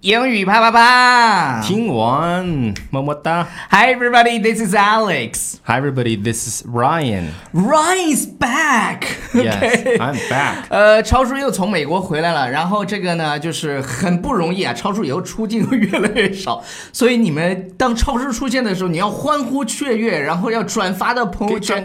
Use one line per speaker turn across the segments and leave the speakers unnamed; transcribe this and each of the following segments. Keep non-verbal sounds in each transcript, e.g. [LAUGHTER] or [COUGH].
英语啪啪啪！
听完，么么哒。
Hi everybody, this is Alex.
Hi everybody, this is Ryan.
Ryan's back.
[LAUGHS] Yes, I'm
[LAUGHS]
back.
呃，超叔又从美国回来了，然后这个呢，就是很不容易啊。超叔以后出镜会越来越少，所以你们当超叔出现的时候，你要欢呼雀跃，然后要转发到朋友圈。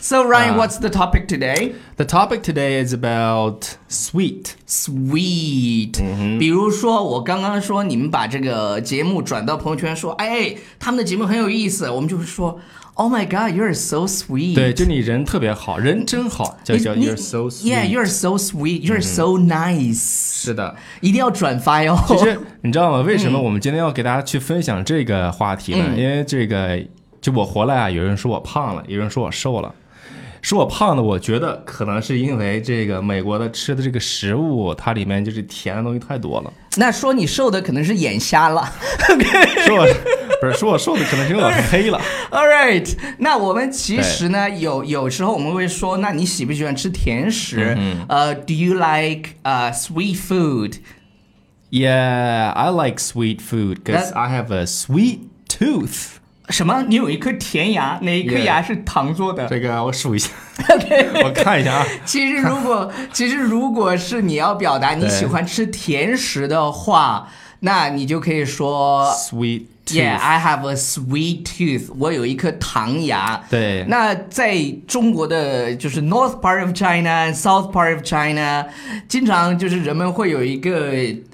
So Ryan,
啊
what's the topic today?
The topic today is about sweet.
Sweet，、比
嗯
如说我刚刚说你们把这个节目转到朋友圈说，哎，他们的节目很有意思，我们就会说，Oh my God, you're so sweet。
对，就你人特别好，人真好，叫叫
你
You're so sweet。嗯
Yeah, you're so sweet. You're so nice.
是的。
一定要转发哟。
[LAUGHS] 其实你知道吗？为什
嗯
么我们今天要给大家去分享这个话题呢？因为这个，就我回来啊，有人说我胖了，有人说我瘦了。说我胖的，我觉得可能是因为这个美国的吃的这个食物，它里面就是甜的东西太多了。
[LAUGHS] 那说你瘦的可能是眼瞎了。 [LAUGHS]
[LAUGHS] 说我不是说我瘦的，可能是因为我黑了。
All right，那我们其实呢，有有时候我们会说，那你喜不喜欢吃甜食？
嗯
呃、d o you like 呃、sweet food？
Yeah, I like sweet food because
That-
I have a sweet tooth.
什么？你有一颗甜牙，哪一颗
Yeah
牙是糖做的
这个我数一下， [LAUGHS] 我看一下 [LAUGHS] 啊。
其实如果 [LAUGHS] 其实如果是你要表达你
对
喜欢吃甜食的话，那你就可以说
Sweet
Yeah,
tooth.
I have a sweet tooth. 我有一颗糖牙。
对
那在中国的就是 North part of China, South part of China，经常就是人们会有一个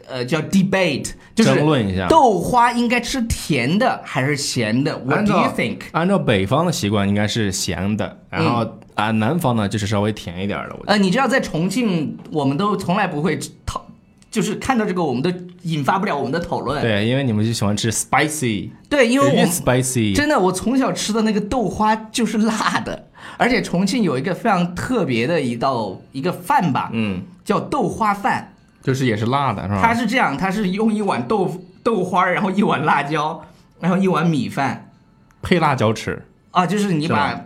呃叫 debate，就是
争论一下
豆花应该吃甜的还是咸的？What
按
do you
照
think？
按照北方的习惯，应该是咸的，然后啊、南方呢就是稍微甜一点的。我觉得
呃，你知道在重庆，我们都从来不会讨，就是看到这个，我们都引发不了我们的讨论。
对，因为你们就喜欢吃 spicy，
对，因为我
越
们
spicy，
真的，我从小吃的那个豆花就是辣的，而且重庆有一个非常特别的一道一个饭吧，
嗯，啊
叫豆花饭。
就是也是辣的，是
它
吧？
是这样，它是用一碗豆豆花，然后一碗辣椒，然后一碗米饭
配辣椒吃。
啊，就是你
是
把
吧，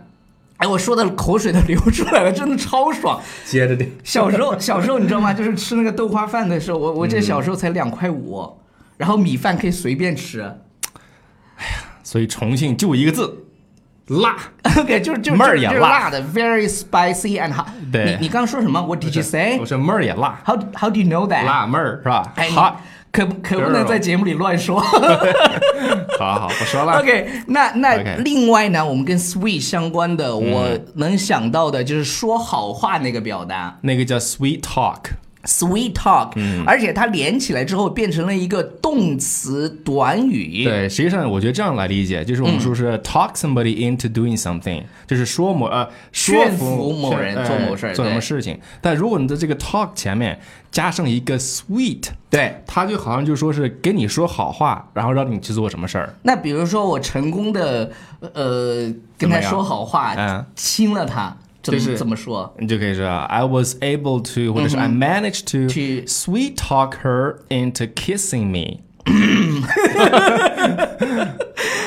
哎，我说的口水都流出来了，真的超爽。
接着点，
小时
[LAUGHS]
候，小时候你知道吗？就是吃那个豆花饭的时候，我
嗯
我这小时候才两块五、然后米饭可以随便吃。 [LAUGHS]
所以重庆就一个字，辣。
OK，就是就是
妹儿也
就是
辣
辣的，very spicy and hot。
对
你你刚说什么？What did you
我
say？How
说妹儿也辣，
how do you know that？
辣妹儿是吧？
哎，你
好，
可不可不能
girl
在节目里乱
[LAUGHS]
说
好好，不说
[LAUGHS]
了。
？OK，那那
OK 嗯
另外呢，我们跟 sweet 相关的，我能想到的就是说好话那个表达。
那个叫 sweet talk。
Sweet talk，、而
嗯
且它连起来之后变成了一个动词短语。
对，实际上我觉得这样来理解，就是我们说
嗯
是 talk somebody into doing something，、就是说某呃说
劝服
服
某人
劝
做
哎
某事儿
做什
对
么事情。但如果你的这个 talk 前面加上一个 sweet，
对
他就好像就说是跟你说好话，然后让你去做什么事儿。
那比如说我成功的呃跟
怎么
他
样
说好话
嗯，
亲了他，怎么、
就是
怎么
[LAUGHS]
说？
你就可以说 I was able to，或者是 I managed to
嗯去
sweet talk her into kissing me。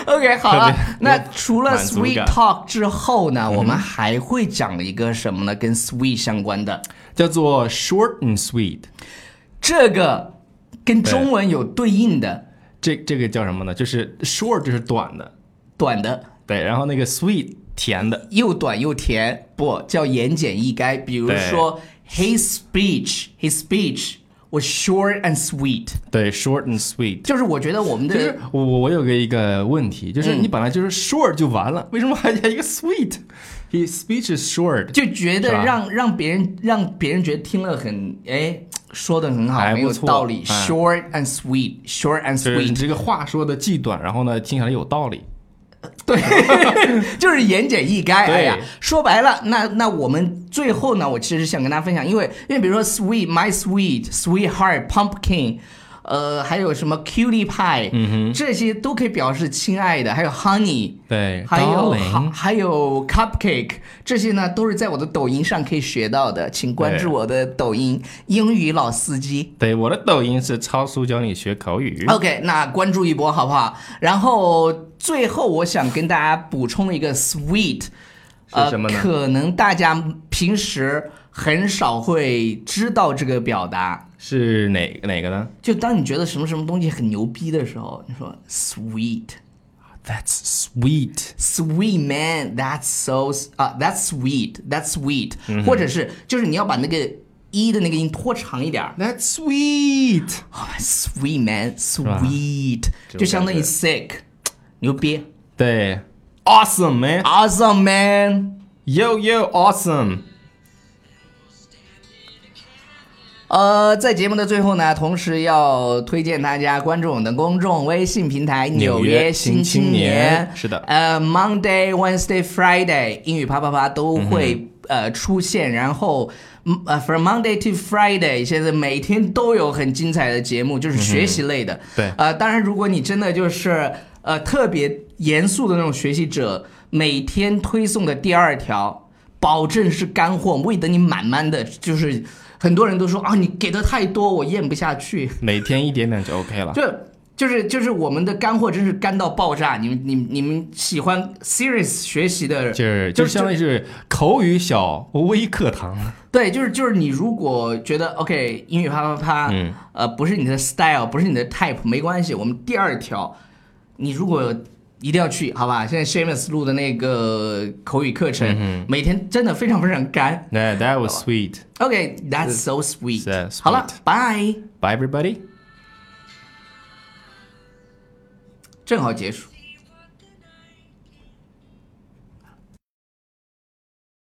OK，好了
特别，
那除了
满足
sweet
感嗯
talk 之后呢，我们还会讲一个什么呢？跟 sweet 相关的，
叫做 short and sweet，
这个跟中文有对应的
这这个叫什么呢？就是 short 就是短的，
短的。
对，然后那个 sweet 甜的，
又短又甜，不叫言简意赅。比如说，his speech，his speech was short and sweet，
对，short and sweet。
就是我觉得我们
其实
的
我我有个一个问题，就是
嗯
你本来就是 short 就完了，为什么还加一个 sweet？His speech is short，
就觉得
是吧
让让别人让别人觉得听了很哎说的很好，
还
很有
不错
道理
哎
，short and sweet，short and
就是你 [LAUGHS]
sweet，
这个话说的既短，然后呢听起来有道理。
对， [LAUGHS] 就是言简意赅。哎呀
对，
说白了，那那我们最后呢，我其实想跟大家分享，因为因为比如说 sweet my sweet sweetheart pumpkin。呃，还有什么 cutie pie，、嗯、这些都可以表示亲爱的，还有 honey，
对
还有
darling
还还有 cupcake，这些呢都是在我的抖音上可以学到的，请关注
对
我的抖音英语老司机。
对，我的抖音是超叔教你学口语。
OK，那关注一波好不好？然后最后我想跟大家补充一个 sweet，呃
是什么，呢
可能大家平时很少会知道这个表达，
是哪哪个呢
就当你觉得什么什么东西很牛逼的时候，你说 sweet。
？That's sweet，
Sweet man, that's so 啊、that's sweet, that's sweet，、或
嗯
者是就是你要把那个一的那个音拖长一点儿
That's sweet，
Oh, sweet man,
吧
sweet，
这种
就相当于
感
sick，牛逼
对，awesome 哎 man，yo
，awesome man，
yo awesome，
呃，在节目的最后呢，同时要推荐大家关注我们的公众微信平台《
纽
纽
约
约新
新青
青
年
年》。
是的
呃，Monday、Wednesday、Friday，英语啪啪啪都会、呃出现，然后嗯呃，from Monday to Friday，现在每天都有很精彩的节目，就是学习类的。
对
呃，当然，如果你真的就是呃特别严肃的那种学习者，每天推送的第二条，保证是干货，喂得你满满的。就是很多人都说啊，你给的太多，我咽不下去。
每天一点点就 OK 了。
就就是就是我们的干货真是干到爆炸。你们你们你们喜欢 serious 学习的，
就是
就
就是相当于是口语小微课堂， [LAUGHS]
对，就是就是你如果觉得 OK 英语啪啪啪，
嗯
呃，不是你的 style，不是你的 type，没关系。我们第二条，你如果一定要去，好吧？现在 Shamus 录的那个口语课程，
嗯
每天真的非常非常干。
那 That was sweet
OK，that's、so sweet。
so sweet
好了，bye，
by everybody。
正好结束。